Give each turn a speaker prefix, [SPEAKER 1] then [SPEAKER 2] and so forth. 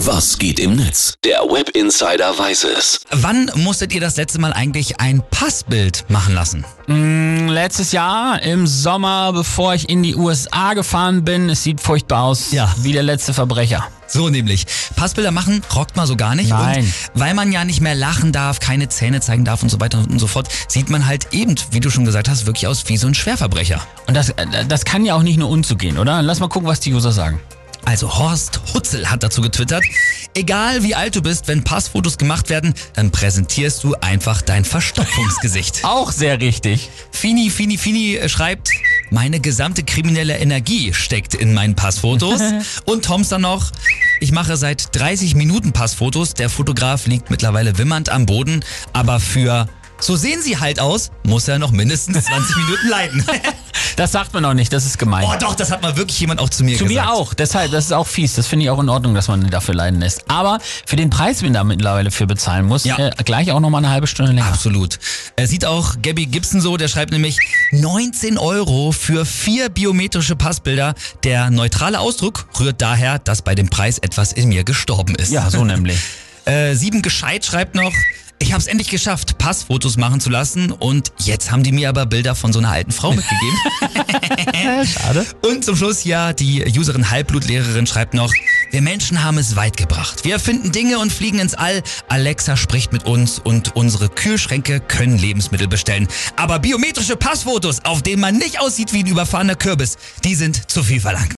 [SPEAKER 1] Was geht im Netz? Der Web Insider weiß es.
[SPEAKER 2] Wann musstet ihr das letzte Mal eigentlich ein Passbild machen lassen?
[SPEAKER 3] Letztes Jahr im Sommer, bevor ich in die USA gefahren bin, es sieht furchtbar aus,
[SPEAKER 2] Ja.
[SPEAKER 3] wie der letzte Verbrecher.
[SPEAKER 2] So nämlich. Passbilder machen rockt man so gar nicht.
[SPEAKER 3] Nein.
[SPEAKER 2] Und weil man ja nicht mehr lachen darf, keine Zähne zeigen darf und so weiter und so fort, sieht man halt eben, wie du schon gesagt hast, wirklich aus wie so ein Schwerverbrecher.
[SPEAKER 3] Und das, äh, das kann ja auch nicht nur uns so gehen, oder? Lass mal gucken, was die User sagen.
[SPEAKER 2] Also Horst Hutzel hat dazu getwittert, egal wie alt du bist, wenn Passfotos gemacht werden, dann präsentierst du einfach dein Verstopfungsgesicht.
[SPEAKER 3] Auch sehr richtig.
[SPEAKER 2] Fini, Fini, Fini äh, schreibt, meine gesamte kriminelle Energie steckt in meinen Passfotos. Und Toms dann noch, ich mache seit 30 Minuten Passfotos. Der Fotograf liegt mittlerweile wimmernd am Boden, aber für so sehen sie halt aus, muss er noch mindestens 20 Minuten leiden.
[SPEAKER 3] Das sagt man auch nicht, das ist gemein.
[SPEAKER 2] oh doch, das hat mal wirklich jemand auch zu mir
[SPEAKER 3] Zu
[SPEAKER 2] gesagt.
[SPEAKER 3] mir auch, deshalb, das ist auch fies. Das finde ich auch in Ordnung, dass man dafür leiden lässt. Aber für den Preis, den man da mittlerweile für bezahlen muss,
[SPEAKER 2] Ja.
[SPEAKER 3] äh, gleich auch nochmal eine halbe Stunde länger.
[SPEAKER 2] Absolut. Er sieht auch Gabby Gibson so, der schreibt nämlich 19 Euro für vier biometrische Passbilder. Der neutrale Ausdruck rührt daher, dass bei dem Preis etwas in mir gestorben ist.
[SPEAKER 3] Ja, so nämlich.
[SPEAKER 2] Äh, Sieben Gescheit schreibt noch, ich hab's endlich geschafft, Passfotos machen zu lassen und jetzt haben die mir aber Bilder von so einer alten Frau mitgegeben.
[SPEAKER 3] Schade.
[SPEAKER 2] und zum Schluss ja, die Userin Halbblutlehrerin schreibt noch, wir Menschen haben es weit gebracht. Wir erfinden Dinge und fliegen ins All. Alexa spricht mit uns und unsere Kühlschränke können Lebensmittel bestellen. Aber biometrische Passfotos, auf denen man nicht aussieht wie ein überfahrener Kürbis, die sind zu viel verlangt.